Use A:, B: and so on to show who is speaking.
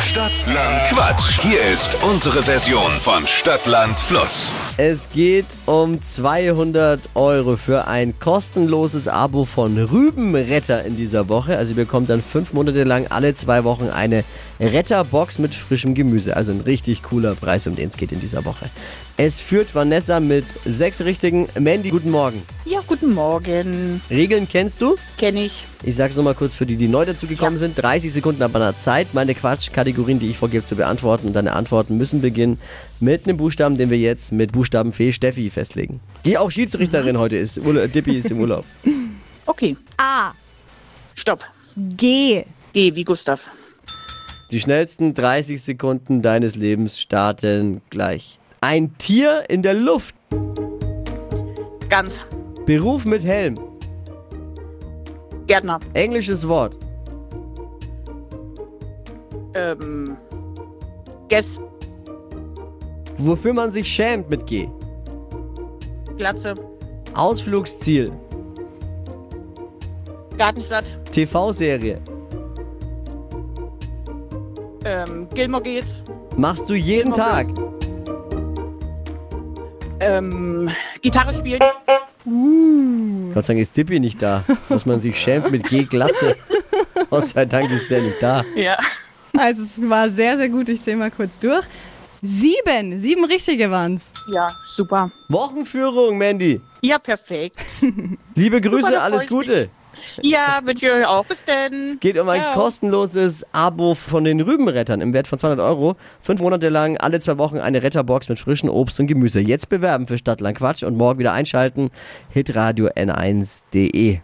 A: Stadtland Quatsch. Hier ist unsere Version von Stadtland Fluss.
B: Es geht um 200 Euro für ein kostenloses Abo von Rübenretter in dieser Woche. Also ihr bekommt dann fünf Monate lang alle zwei Wochen eine Retterbox mit frischem Gemüse. Also ein richtig cooler Preis, um den es geht in dieser Woche. Es führt Vanessa mit sechs richtigen. Mandy, guten Morgen.
C: Ja, guten Morgen.
B: Regeln kennst du?
C: Kenne ich.
B: Ich sag's nochmal kurz für die, die neu dazugekommen sind. 30 Sekunden ab meiner Zeit, meine Quatschkategorien, die ich vorgebe zu beantworten. Und deine Antworten müssen beginnen mit einem Buchstaben, den wir jetzt mit Buchstabenfee Steffi festlegen. Die auch Schiedsrichterin heute ist. Urla Dippi ist im Urlaub.
C: Okay,
D: A.
C: stopp.
D: G.
C: G wie Gustav.
B: Die schnellsten 30 Sekunden deines Lebens starten gleich. Ein Tier in der Luft.
C: Ganz.
B: Beruf mit Helm.
C: Gärtner.
B: Englisches Wort.
C: Ähm. Guess.
B: Wofür man sich schämt mit G.
C: Glatze.
B: Ausflugsziel.
C: Gartenstadt.
B: TV-Serie.
C: Ähm. Gilmore geht's.
B: Machst du jeden Tag.
C: Ähm. Gitarre spielen.
B: Gott sei Dank ist Dippi nicht da, dass man sich schämt mit G-Glatze. Gott sei Dank ist der nicht da.
C: Ja.
E: Also es war sehr, sehr gut. Ich zähle mal kurz durch. Sieben. Sieben richtige waren's.
C: Ja, super.
B: Wochenführung, Mandy.
C: Ja, perfekt.
B: Liebe Grüße,
C: da freu
B: alles
C: ich
B: Gute.
C: Ja, wünsche ich euch auch. Bis denn.
B: Geht um ein
C: Ciao.
B: kostenloses Abo von den Rübenrettern im Wert von 200 Euro. Fünf Monate lang, alle zwei Wochen eine Retterbox mit frischem Obst und Gemüse. Jetzt bewerben für Stadtland Quatsch und morgen wieder einschalten. Hitradio N1.de.